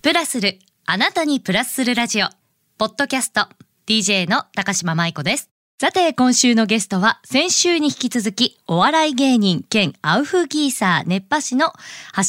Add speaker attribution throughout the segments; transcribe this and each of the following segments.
Speaker 1: プラスる、あなたにプラスするラジオ、ポッドキャスト、DJ の高島舞子です。さて、今週のゲストは、先週に引き続き、お笑い芸人兼アウフギーサー熱波師の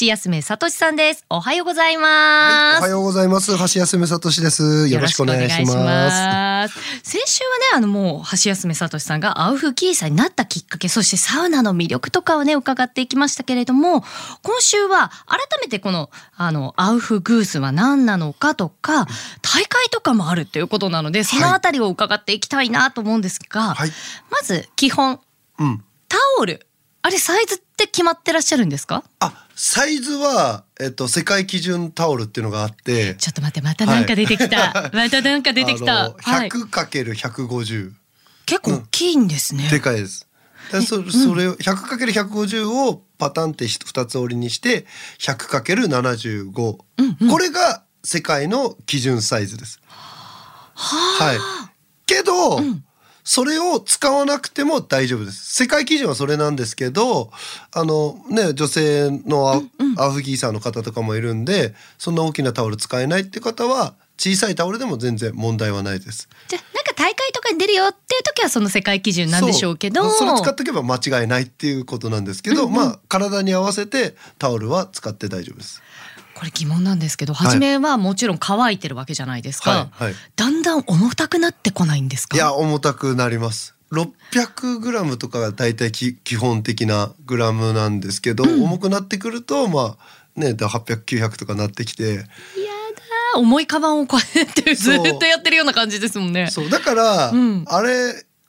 Speaker 1: 橋休めさとしさんです。おはようございます。
Speaker 2: おはようございます。橋休めさとしです。よろしくお願いし
Speaker 1: よろくお
Speaker 2: ます。
Speaker 1: 願いします先週はね、あのもう橋休めさとしさんがアウフギーサになったきっかけ、そしてサウナの魅力とかをね、伺っていきましたけれども、今週は改めてこの、あの、アウフグースは何なのかとか、大会とかもあるっていうことなので、そのあたりを伺っていきたいなと思うんですが、
Speaker 2: はい
Speaker 1: まず基本、
Speaker 2: うん。
Speaker 1: タオル。あれサイズって決まってらっしゃるんですか
Speaker 2: あ、サイズは、えっと、世界基準タオルっていうのがあって、
Speaker 1: ちょっと待って、またなんか出てきた。またなんか出てき
Speaker 2: あ
Speaker 1: た
Speaker 2: の。
Speaker 1: はい。
Speaker 2: 100×150。
Speaker 1: 結構大きいんですね。
Speaker 2: でかいです。でそそれを 100×150 をパタンって2つ折りにして 100×75、これが世界の基準サイズです。はい、けど、それを使わなくても大丈夫です世界基準はそれなんですけどあの、ね、女性のア,、アフギーさんの方とかもいるんでそんな大きなタオル使えないって方は小さいタオルでも全然問題はないです。
Speaker 1: じゃあなんか大会とかに出るよっていう時はその世界基準なんでしょうけど
Speaker 2: そうそれ使っておけば間違いないっていうことなんですけど、まあ体に合わせてタオルは使って大丈夫です
Speaker 1: これ疑問なんですけど
Speaker 2: い
Speaker 1: 初めはもちろん乾いてるわけじゃないですか、
Speaker 2: はいはい
Speaker 1: だんだん重たくなってこないんですか
Speaker 2: いや重たくなります600グラムとかが大体き基本的なグラムなんですけど、重くなってくるとまあね800900とかなってきて
Speaker 1: いやだ重いカバンをこうやってず
Speaker 2: そう
Speaker 1: っとやってるような感じですもんね
Speaker 2: そうだから、
Speaker 1: うん
Speaker 2: あれ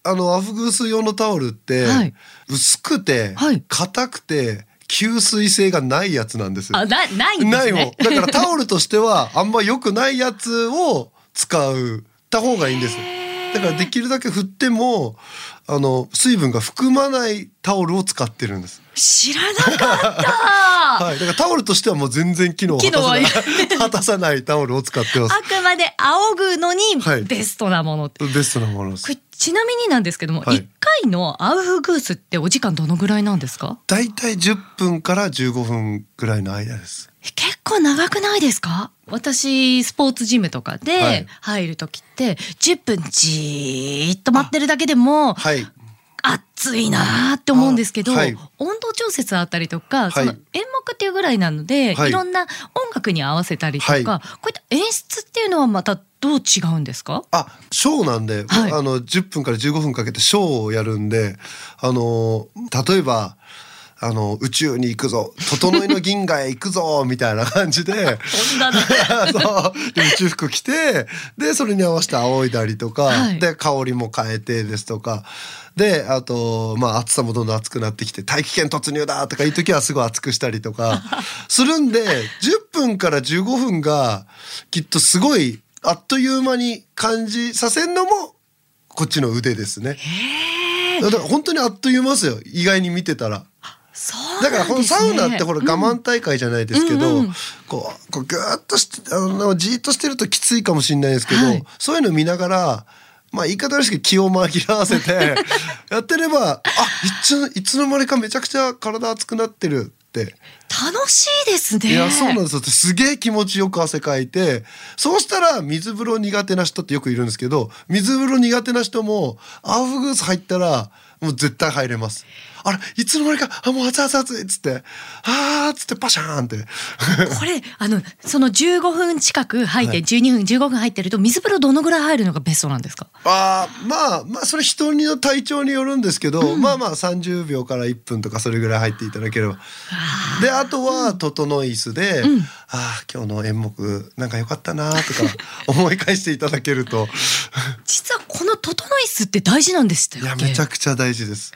Speaker 2: あのアフグース用のタオルって、
Speaker 1: はい
Speaker 2: 薄くて
Speaker 1: はい
Speaker 2: 硬くて吸水性がないやつなんですよ
Speaker 1: あなないんですね
Speaker 2: ないもん。だからタオルとしてはあんま良くないやつを使うた方がいいんです。だからできるだけ振ってもあの水分が含まないタオルを使ってるんです。
Speaker 1: 知らなかった、
Speaker 2: はい。だからタオルとしてはもう全然機能を果たさない
Speaker 1: 機
Speaker 2: 果たさないタオルを使ってます。
Speaker 1: あくまで仰ぐのに
Speaker 2: はい
Speaker 1: ベストなものって、
Speaker 2: ベストなもので
Speaker 1: こ
Speaker 2: す。
Speaker 1: れちなみになんですけども、一
Speaker 2: はい
Speaker 1: 1回のアウフグースってお時間どのぐらいなんですか
Speaker 2: だいたい10分から15分ぐらいの間です。
Speaker 1: 結構長くないですか私スポーツジムとか
Speaker 2: は
Speaker 1: で
Speaker 2: い
Speaker 1: 入る時って10分じーっと待ってるだけでも
Speaker 2: はい。
Speaker 1: 暑いなーって思うんですけど、
Speaker 2: あはい
Speaker 1: 温度調節あったりとか、
Speaker 2: い
Speaker 1: その演目っていうぐらいなので、、
Speaker 2: はいい
Speaker 1: ろんな音楽に合わせたりとか、
Speaker 2: はい
Speaker 1: こういった演出っていうのはまたどう違うんですか
Speaker 2: あ、ショーなんで、
Speaker 1: はい
Speaker 2: あの10分から15分かけてショーをやるんで、あの例えば。あの宇宙に行くぞ整いの銀河へ行くぞみたいな感じで
Speaker 1: そんなの
Speaker 2: そうで宇宙服着てでそれに合わせて仰いだりとか、
Speaker 1: はい
Speaker 2: で香りも変えてですとかであと、まあ、暑さもどんどん暑くなってきて大気圏突入だとかいう時はすごい暑くしたり とかするんで10分から15分がきっとすごいあっという間に感じさせんのもこっちの腕ですね。だから本当にあっという間ですよ意外に見てたら。
Speaker 1: そうな
Speaker 2: だ
Speaker 1: ん
Speaker 2: からこの
Speaker 1: です
Speaker 2: サウ
Speaker 1: ね
Speaker 2: ナってほら我慢大会じゃないですけ
Speaker 1: うん
Speaker 2: ど、
Speaker 1: うんうん
Speaker 2: こうこうぐーっとしてあのじーっとしてるときついかもしれないですけど、
Speaker 1: はい
Speaker 2: そういうの見ながら。まあ言い方悪いですけど気を紛らわ せてやってればあいついつの間にかめちゃくちゃ体熱くなってるって
Speaker 1: 楽しいですね
Speaker 2: いやそうなんですよすげえ気持ちよく汗かいてそうしたら水風呂苦手な人ってよくいるんですけど水風呂苦手な人もアウフグース入ったらもう絶対入れますあれいつの間にかあもう熱々熱いっつってあーっつってパシャーンって
Speaker 1: これあのその15分近く入って、12分15分入ってると水風呂どのぐらい入るのがベストなんですか
Speaker 2: あーまあまあそれ人の体調によるんですけど、まあまあ30秒から1分とかそれぐらい入っていただければであとは「整い椅子で」あー今日の演目なんか良かったな」とか思い返していただけると
Speaker 1: 実はこの整い椅子って大事なんですって
Speaker 2: いやめちゃくちゃ大事です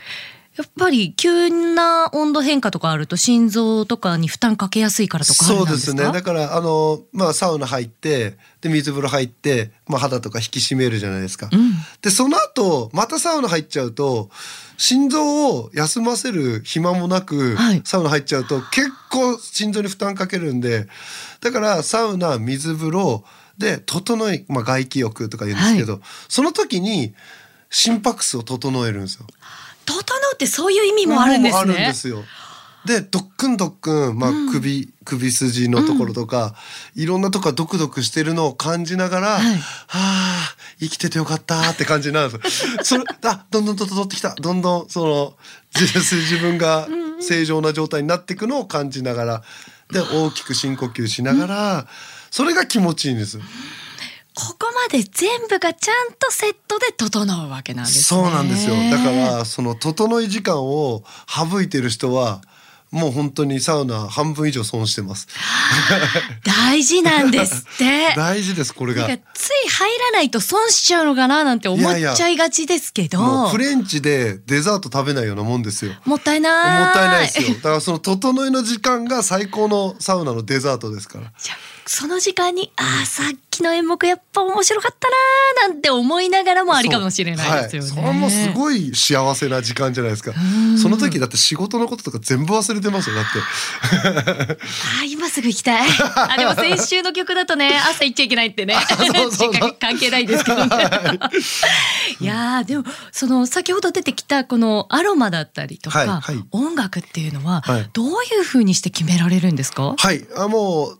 Speaker 1: やっぱり急な温度変化とかあると心臓とかに負担かけやすいからとかあるん
Speaker 2: そう
Speaker 1: で
Speaker 2: ですす
Speaker 1: か
Speaker 2: ねだからあの、まあ、サウナ入ってで水風呂入って、まあ、肌とか引き締めるじゃないですか、
Speaker 1: うん
Speaker 2: でその後またサウナ入っちゃうと心臓を休ませる暇もなく、
Speaker 1: はい
Speaker 2: サウナ入っちゃうと結構心臓に負担かけるんでだからサウナ水風呂で整い、まあ、外気浴とか言うんですけど、その時に心拍数を整えるんですよ。
Speaker 1: 整うってそういう意味もあるんです
Speaker 2: もうあるん
Speaker 1: ね
Speaker 2: ですよ。でドックンドックン、まあ、首、首筋のところとか、いろんなとこがドクドクしてるのを感じながら、は
Speaker 1: はい
Speaker 2: あ生きててよかったって感じになるんですよ それあどんどん整ってきたどんどんその自自分が正常な状態になっていくのを感じながらで大きく深呼吸しながら、それが気持ちいいんです。
Speaker 1: ここまで全部がちゃんとセットで整うわけなんですね。
Speaker 2: そうなんですよだからその整い時間を省いてる人はもう本当にサウナ半分以上損してます。
Speaker 1: 大事なんですって
Speaker 2: 大事ですこれが
Speaker 1: なんかつい入らないと損しちゃうのかななんて思っ
Speaker 2: いやい
Speaker 1: ちゃいがちですけど。
Speaker 2: もうフレンチでデザート食べないようなもんですよ
Speaker 1: もったい
Speaker 2: も
Speaker 1: ない。
Speaker 2: ったいないですよだからその整いの時間が最高のサウナのデザートですから
Speaker 1: じゃあその時間にああさっきの演目やっぱ面白かったなーなんて思いながらもありかもしれないですよね。
Speaker 2: そうはい、それもすごい幸せな時間じゃないですか
Speaker 1: うん
Speaker 2: その時だって仕事のこととか全部忘れてますよだって
Speaker 1: あー今すぐ行きた い。あでも先週の曲だとね朝行っちゃいけないってね。
Speaker 2: そうそう
Speaker 1: 時間関係ないですけどね。 いやーでもその先ほど出てきたこのアロマだったりとか、
Speaker 2: はいはい
Speaker 1: 音楽っていうのは
Speaker 2: はい
Speaker 1: どういうふうにして決められるんですか？
Speaker 2: はい、あもう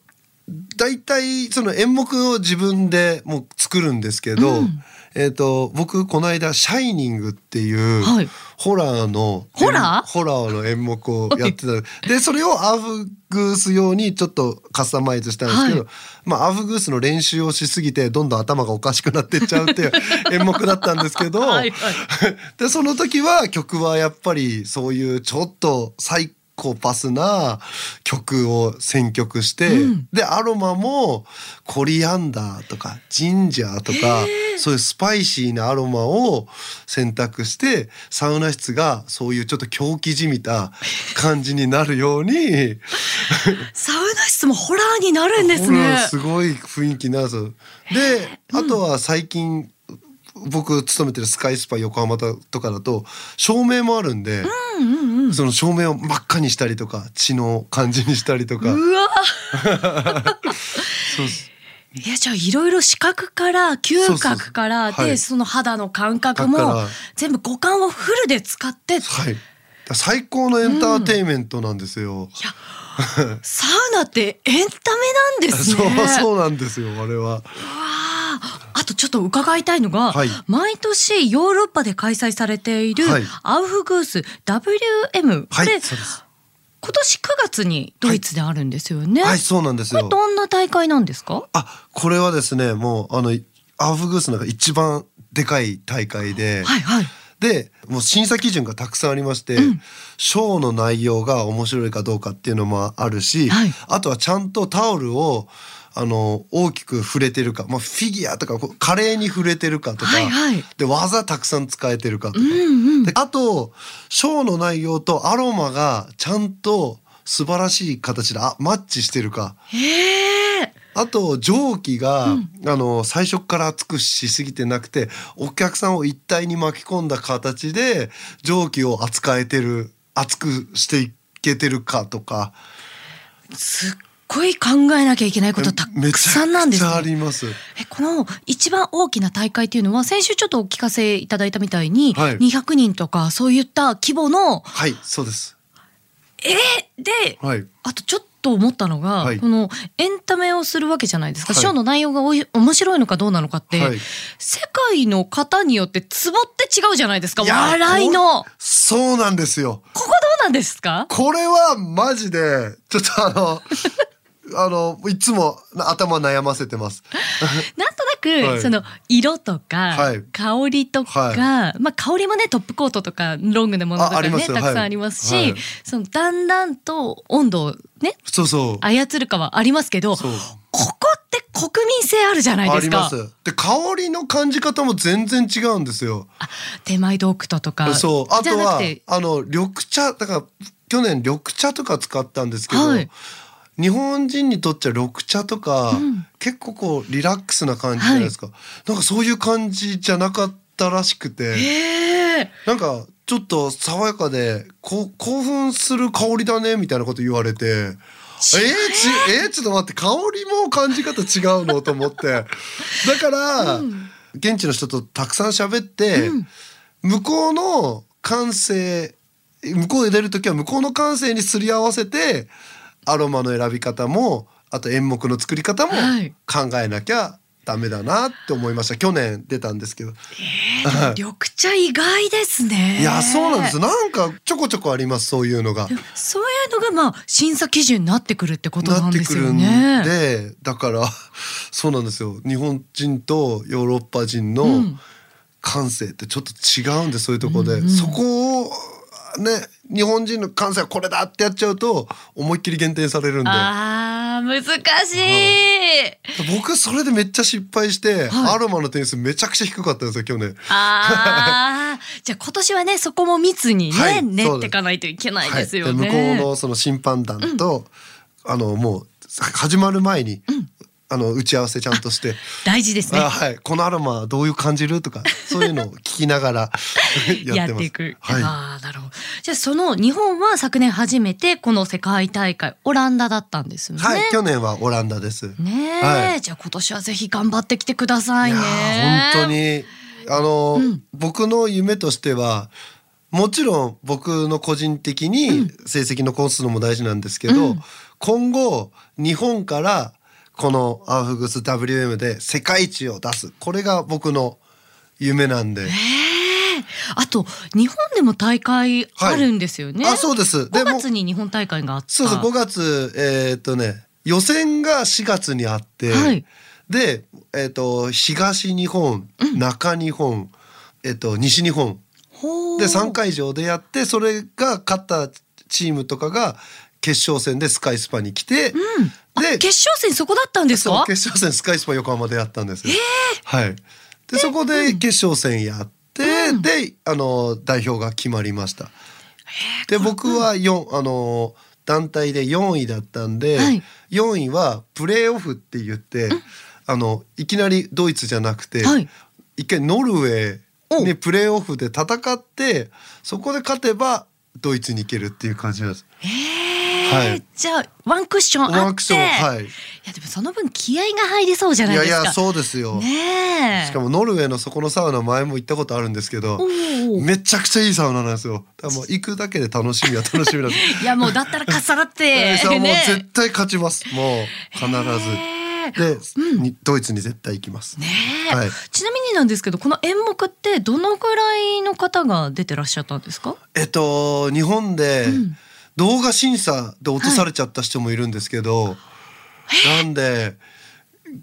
Speaker 2: 大体その演目を自分でもう作るんですけど、
Speaker 1: うん
Speaker 2: えっ、と僕この間「シャイニング」っていう、
Speaker 1: はい
Speaker 2: ホラーの
Speaker 1: ホラー
Speaker 2: ホラーの演目をやってた、 でそれをアウフグース用にちょっとカスタマイズしたんですけど、
Speaker 1: は
Speaker 2: まあアウフグースの練習をしすぎてどんどん頭がおかしくなってっちゃうっていう 演目だったんですけど、
Speaker 1: はいはい
Speaker 2: でその時は曲はやっぱりそういうちょっとサイコパスな曲を選曲して、
Speaker 1: うん
Speaker 2: でアロマもコリアンダーとかジンジャーとかそういうスパイシーなアロマを選択してサウナ室がそういうちょっと狂気じみた感じになるように
Speaker 1: サウナ室もホラーになるんです
Speaker 2: ほ
Speaker 1: ね
Speaker 2: ら。すごい雰囲気になるんですよであとは最近僕勤めてるスカイスパ横浜とかだと照明もあるんで。
Speaker 1: うんうんうん。
Speaker 2: その照明を真っ赤にしたりとか血の感じにしたりとか
Speaker 1: うわー。
Speaker 2: そう
Speaker 1: いやじゃあいろいろ視覚から嗅覚から
Speaker 2: そうそうそうは
Speaker 1: で
Speaker 2: い
Speaker 1: その肌の感覚
Speaker 2: だか
Speaker 1: も
Speaker 2: ら
Speaker 1: 全部五感をフルで使っていや
Speaker 2: はいだから最高のエンターテインメントなんですよ、
Speaker 1: サウナってエンタメなんです
Speaker 2: そ
Speaker 1: ね。
Speaker 2: う
Speaker 1: うわ
Speaker 2: そうなんですよあれは
Speaker 1: ああとちょっと伺いたいのが、
Speaker 2: はい
Speaker 1: 毎年ヨーロッパで開催されている
Speaker 2: はい
Speaker 1: アウフグース WM、
Speaker 2: はい
Speaker 1: これ
Speaker 2: そうです
Speaker 1: 今年9月にドイツであるんですよね。
Speaker 2: はいそうなんです
Speaker 1: これ
Speaker 2: よ
Speaker 1: どんな大会なんですか？
Speaker 2: あこれはですねもうあのアウフグースの中一番でかい大会で、
Speaker 1: はいはい。
Speaker 2: でもう審査基準がたくさんありまして、ショーの内容が面白いかどうかっていうのもあるし、
Speaker 1: はい
Speaker 2: あとはちゃんとタオルをあの大きく触れてるか、まあ、フィギュアとかこう華麗に触れてるかとか、
Speaker 1: はいはい
Speaker 2: で技たくさん使えてるかとか、
Speaker 1: うんうん。
Speaker 2: であとショーの内容とアロマがちゃんと素晴らしい形であマッチしてるか。
Speaker 1: へえ。
Speaker 2: あと蒸気が、あの最初から熱くしすぎてなくてお客さんを一体に巻き込んだ形で蒸気を扱えてる熱くしていけてるかとか
Speaker 1: すっごい考えなきゃいけないことた
Speaker 2: め
Speaker 1: くさんなんです、
Speaker 2: め
Speaker 1: ね
Speaker 2: ちゃくちゃあ。ります。
Speaker 1: えこの一番大きな大会っていうのは先週ちょっとお聞かせいただいたみたいに、
Speaker 2: はい
Speaker 1: 200人とかそういった規模の
Speaker 2: はいそうです。
Speaker 1: えで
Speaker 2: はい
Speaker 1: あとちょっと思ったのが、
Speaker 2: はい
Speaker 1: このエンタメをするわけじゃないですか、
Speaker 2: はい
Speaker 1: ショーの内容がおい面白いのかどうなのかって、
Speaker 2: はい
Speaker 1: 世界の方によってツボって違うじゃないですか
Speaker 2: いや
Speaker 1: 笑いのこ
Speaker 2: こそうなんですよ。
Speaker 1: こどうなんですか
Speaker 2: これはマジでちょっとあの あのいつも頭悩ませてます。
Speaker 1: なんとなく、
Speaker 2: はい
Speaker 1: その色とか、
Speaker 2: はい
Speaker 1: 香りとか、
Speaker 2: は
Speaker 1: まあ香りもねトップコートとかロングのものと
Speaker 2: ああ
Speaker 1: か
Speaker 2: りま
Speaker 1: ね
Speaker 2: す
Speaker 1: た
Speaker 2: よ
Speaker 1: くさん
Speaker 2: はい
Speaker 1: ありますし、
Speaker 2: はい
Speaker 1: そのだんだんと温度をね
Speaker 2: そうそう。
Speaker 1: 操るかはありますけどこ
Speaker 2: そう
Speaker 1: こって国民性あるじゃない
Speaker 2: あ
Speaker 1: で
Speaker 2: り
Speaker 1: す
Speaker 2: ま
Speaker 1: か
Speaker 2: す。で香りの感じ方も全然違うんですよ。
Speaker 1: あ手前ドクトとか
Speaker 2: そうあ
Speaker 1: じ
Speaker 2: と
Speaker 1: ゃなく
Speaker 2: は
Speaker 1: て
Speaker 2: あの緑茶だから去年緑茶とか使ったんですけど、
Speaker 1: はい
Speaker 2: 日本人にとっちゃ緑茶とか、
Speaker 1: うん
Speaker 2: 結構こうリラックスな感じじゃないですか、なんかそういう感じじゃなかったらしくて
Speaker 1: へえ
Speaker 2: なんかちょっと爽やかでこう興奮する香りだねみたいなこと言われてえー、ちえーちょっと待って香りも感じ方違うのと思ってだから、
Speaker 1: うん
Speaker 2: 現地の人とたくさん喋って、
Speaker 1: うん
Speaker 2: 向こうの感性向こうで出る時は向こうの感性にすり合わせてアロマの選び方もあと演目の作り方も
Speaker 1: はい
Speaker 2: 考えなきゃダメだなって思いました去年出たんですけど
Speaker 1: えーでも緑茶意外ですね。
Speaker 2: いやそうなんですよなんかちょこちょこありますそういうのが
Speaker 1: でもそういうのがまあ審査基準になってくるってことな
Speaker 2: なんっ
Speaker 1: で
Speaker 2: て
Speaker 1: す
Speaker 2: く
Speaker 1: よ
Speaker 2: るん
Speaker 1: ね。
Speaker 2: でだから そうなんですよ日本人とヨーロッパ人の、
Speaker 1: うん
Speaker 2: 感性ってちょっと違うんでそういうとこで、
Speaker 1: うんうん
Speaker 2: そこをね日本人の感性はこれだってやっちゃうと思いっきり減点されるんで
Speaker 1: ああ難しい。
Speaker 2: 僕それでめっちゃ失敗して、
Speaker 1: はい
Speaker 2: アロマの点数めちゃくちゃ低かったんですよ去年。
Speaker 1: ああ じゃあ今年はねそこも密にね、
Speaker 2: はい
Speaker 1: 練
Speaker 2: そ
Speaker 1: っ
Speaker 2: う
Speaker 1: て
Speaker 2: です
Speaker 1: いかないといけない
Speaker 2: はい
Speaker 1: ですよね。
Speaker 2: で向こうのその審判団と、あのもう始まる前に、あの打ち合わせちゃんとして。
Speaker 1: 大事ですね。
Speaker 2: あはい、このアロマはどういう感じるとかそういうのを聞きながら
Speaker 1: や
Speaker 2: や
Speaker 1: っ
Speaker 2: っててます。
Speaker 1: いく。
Speaker 2: はい、
Speaker 1: ああなるほど。じゃあその日本は昨年初めてこの世界大会オランダだったんですよね。
Speaker 2: はい、去年はオランダです。
Speaker 1: ねえ、
Speaker 2: はい
Speaker 1: じゃあ今年はぜひ頑張ってきてください
Speaker 2: い
Speaker 1: ね。
Speaker 2: やー本当。にあの、僕の夢としてはもちろん僕の個人的に成績残すのも大事なんですけど、今後日本からこのアンフグス WM で世界一を出すこれが僕の夢なん
Speaker 1: え
Speaker 2: で、
Speaker 1: えあと日本でも大会あるんですよね。
Speaker 2: あそうです
Speaker 1: 5
Speaker 2: でも
Speaker 1: 月に日本大会があった。
Speaker 2: そうそう5月えーっとね予選が4月にあって、
Speaker 1: はい
Speaker 2: で、えーっと東日本中日本、えーっと西日本
Speaker 1: ほう
Speaker 2: で3会場でやってそれが勝ったチームとかが決勝戦でスカイスパに来て、
Speaker 1: あ
Speaker 2: で
Speaker 1: 決勝戦そこだったんです
Speaker 2: そう
Speaker 1: か。
Speaker 2: 決勝戦スカイスパ横浜でやったんですよ。はい、でそこで決勝戦やって、であの代表が決まりました。で僕は四あの団体で4位だったんで、
Speaker 1: はい
Speaker 2: 4位はプレーオフって言って、あのいきなりドイツじゃなくて、
Speaker 1: はい
Speaker 2: 一回ノルウェ
Speaker 1: お
Speaker 2: ーにプレーオフで戦ってそこで勝てばドイツに行けるっていう感じなんです。
Speaker 1: ええ
Speaker 2: はい
Speaker 1: じゃあワンクッションあって。。
Speaker 2: ワンクッションはいい、い
Speaker 1: やでもその分気合が入りそうじゃない
Speaker 2: や
Speaker 1: で
Speaker 2: い
Speaker 1: すか。
Speaker 2: やそうですよ。
Speaker 1: ねえ。
Speaker 2: しかもノルウェーのそこのサウナ前も行ったことあるんですけど
Speaker 1: おー
Speaker 2: めちゃくちゃいいサウナなんですよだから もう行くだけで楽しみは楽しみなんです
Speaker 1: いやもうだったらかっさらって
Speaker 2: えーさあ もう
Speaker 1: ね
Speaker 2: 絶対勝ちますもう必
Speaker 1: へー
Speaker 2: ずで、にドイツに絶対行きます
Speaker 1: ねえ
Speaker 2: はい
Speaker 1: ちなみになんですけどこの演目ってどのぐらいの方が出てらっしゃったんですか
Speaker 2: えっと日本で
Speaker 1: ん
Speaker 2: 動画審査で落とされちゃった人もいるんですけど、なんで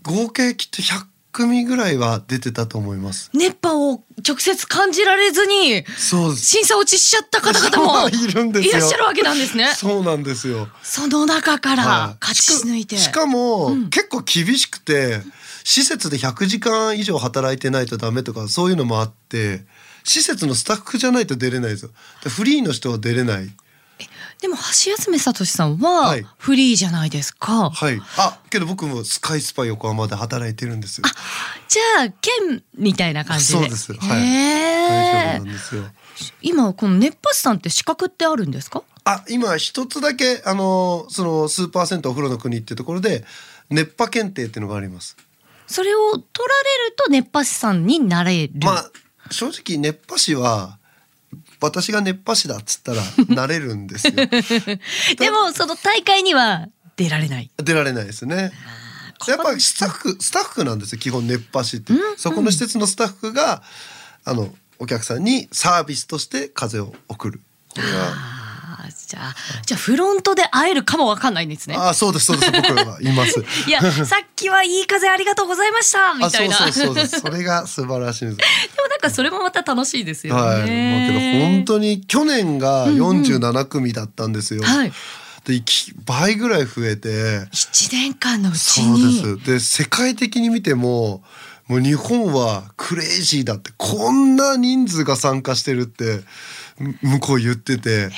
Speaker 2: 合計きっと100組ぐらいは出てたと思います
Speaker 1: 熱波を直接感じられずに
Speaker 2: そうです
Speaker 1: 審査落ちしちゃった方々も
Speaker 2: いるんですよ
Speaker 1: いらっしゃるわけなんですね
Speaker 2: そうなんですよ
Speaker 1: その中から
Speaker 2: はい
Speaker 1: 勝ち抜いて
Speaker 2: しかしかも、
Speaker 1: うん
Speaker 2: 結構厳しくて施設で100時間以上働いてないとダメとかそういうのもあって施設のスタッフじゃないと出れないんですよでフリーの人は出れない
Speaker 1: でも橋休めさとしさんは
Speaker 2: はい
Speaker 1: フリーじゃないですか、
Speaker 2: はいあけど僕もスカイスパ横浜で働いてるんですよ
Speaker 1: じゃあ県みたいな感じで
Speaker 2: そうですはい
Speaker 1: へ
Speaker 2: 大
Speaker 1: え
Speaker 2: 丈夫なんですよ
Speaker 1: 今この熱波師さんって資格ってあるんですか
Speaker 2: あ今一つだけあのそのスーパー銭湯お風呂の国っていうところで熱波検定っていうのがあります
Speaker 1: それを取られると熱波師さんになれる、
Speaker 2: まあ正直熱波師は私が熱波師だっ つったらなれるんですよ
Speaker 1: でもその大会には出られない。
Speaker 2: 出られないで すねやっぱりスタッフスタッフなんですよ基本熱波師って、そこの施設のスタッフがあのお客さんにサービスとして風を送るこれが
Speaker 1: あーじゃあじゃあフロントで会えるかもわかんないんですね。
Speaker 2: あそうですそうです僕はいます
Speaker 1: いやさっきはいい風ありがとうございましたみ
Speaker 2: あ
Speaker 1: た
Speaker 2: そ
Speaker 1: いうな。
Speaker 2: そうそう
Speaker 1: で
Speaker 2: ですそれが素晴らしいです
Speaker 1: もなんかそれもまた楽しいですよね。
Speaker 2: はい、まあけど本当に去年が47組だったんですよ、
Speaker 1: はい
Speaker 2: でき倍ぐらい増えて
Speaker 1: 一年間のうち
Speaker 2: そう
Speaker 1: に。
Speaker 2: です。で世界的に見てももう日本はクレイジーだってこんな人数が参加してるってむ向こう言ってて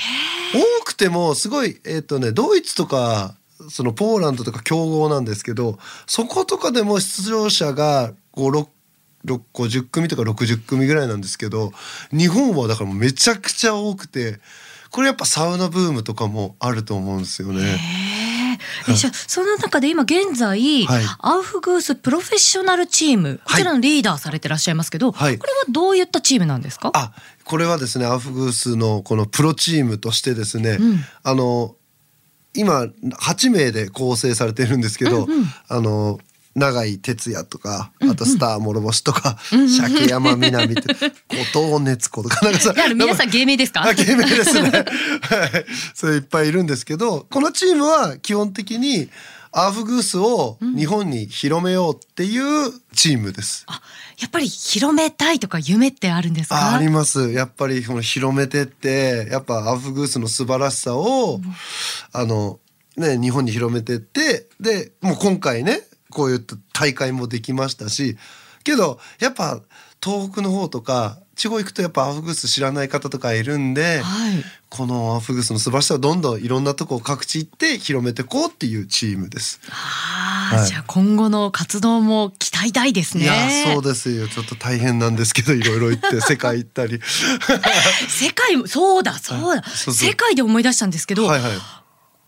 Speaker 2: 多くてもすごいえっ、とねドイツとかそのポーランドとか強豪なんですけどそことかでも出場者が56 6 50組とか60組ぐらいなんですけど日本はだからめちゃくちゃ多くてこれやっぱサウナブームとかもあると思うんですよね。
Speaker 1: へーえじゃあその中で今現在、
Speaker 2: はい
Speaker 1: アウフグースプロフェッショナルチームこちらのリーダーされてらっしゃいますけど、
Speaker 2: はい
Speaker 1: これはどういったチームなんですか
Speaker 2: あこれはですねアウフグースのこのプロチームとしてですね、
Speaker 1: うん
Speaker 2: あの今8名で構成されてるんですけど、
Speaker 1: うんうん
Speaker 2: あの永井哲也とかあとスター諸星とか、鮭山みなみ と後藤熱子とかなんかさ
Speaker 1: だから皆さん芸名ですか
Speaker 2: あ芸名ですね。はい、それいっぱいいるんですけど、このチームは基本的にアーフグースを日本に広めようっていうチームです。
Speaker 1: あやっぱり広めたいとか夢ってあるんですか
Speaker 2: ああります。やっぱりこの広めてって、やっぱアーフグースの素晴らしさを、あのね日本に広めてって、でもう今回ねこういった大会もできましたし、けどやっぱ東北の方とか地方行くとやっぱアーフグース知らない方とかいるんで。
Speaker 1: はい
Speaker 2: このアフグスの素晴らしさをどんどんいろんなとこ各地行って広めていこうっていうチームです。
Speaker 1: あー、
Speaker 2: はい
Speaker 1: じゃあ今後の活動も期待大ですね
Speaker 2: いやーそうですよちょっと大変なんですけどいろいろ行っ て世界行ったり
Speaker 1: 世界もそうだそうだ、
Speaker 2: はいそうそう
Speaker 1: 世界で思い出したんですけど、
Speaker 2: はいはい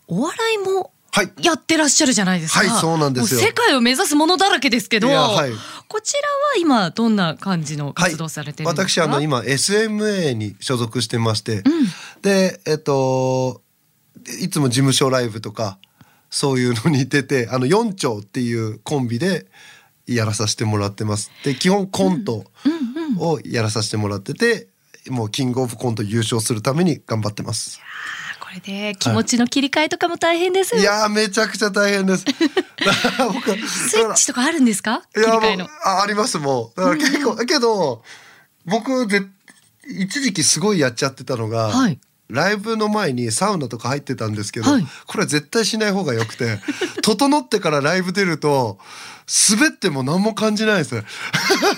Speaker 1: お笑いも
Speaker 2: はい
Speaker 1: やってらっしゃるじゃないですか。
Speaker 2: はいそうなんですよ
Speaker 1: も世界を目指すものだらけですけど、
Speaker 2: いやはい
Speaker 1: こちらは今どんな感じの
Speaker 2: はい
Speaker 1: 活動されてるんです
Speaker 2: 私
Speaker 1: か。
Speaker 2: あの今 SMA に所属してまして、でえっといつも事務所ライブとかそういうのに出てあの4丁っていうコンビでやらさせてもらってます。で基本コントをやらさせてもらってて、もうキングオブコント優勝するために頑張ってます。
Speaker 1: あこれで気持ちの切り替えとかも大変ですよ。
Speaker 2: いやーめちゃくちゃ大変 です。だ から僕
Speaker 1: スイッチとかあるんですか？切
Speaker 2: い
Speaker 1: り
Speaker 2: や
Speaker 1: 替え
Speaker 2: も
Speaker 1: の
Speaker 2: う。あありますもう。だから結構、けど僕ぜ一時期すごいやっちゃってたのが、
Speaker 1: はい
Speaker 2: ライブの前にサウナとか入ってたんですけど、
Speaker 1: はい
Speaker 2: これは絶対しない方が良くて 整ってからライブ出ると滑っても何も感じ ないですね。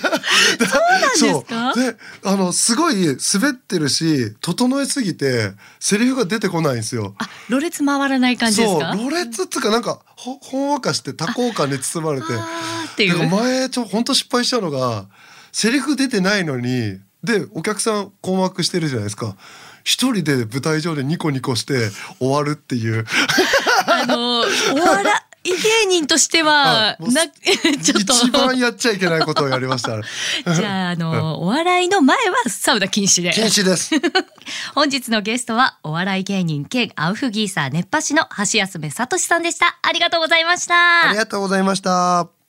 Speaker 1: そうなんですか
Speaker 2: そうであのすごい滑ってるし整えすぎてセリフが出てこないんですよ。
Speaker 1: あ、ろれつ回らない感じですか？
Speaker 2: そう、ロレツっていうかなんかほほんわかして多幸感に包まれて。
Speaker 1: あーってい
Speaker 2: な
Speaker 1: う。
Speaker 2: んか前ちょ本当失敗したのがセリフ出てないのにでお客さん困惑してるじゃないですか。一人で舞台上でニコニコして終わるっていう
Speaker 1: あのお笑い芸人としては
Speaker 2: あもう
Speaker 1: な ちょっ
Speaker 2: 一番
Speaker 1: と。
Speaker 2: やっちゃいけないことをやり ました。
Speaker 1: じゃああのお笑いの前はサウナ禁止で。
Speaker 2: 禁止です。
Speaker 1: 本日のゲストはお笑い芸人兼アウフギーサー熱波師の橋休めさとしさんでしたありがとうございました
Speaker 2: ありがとうございました。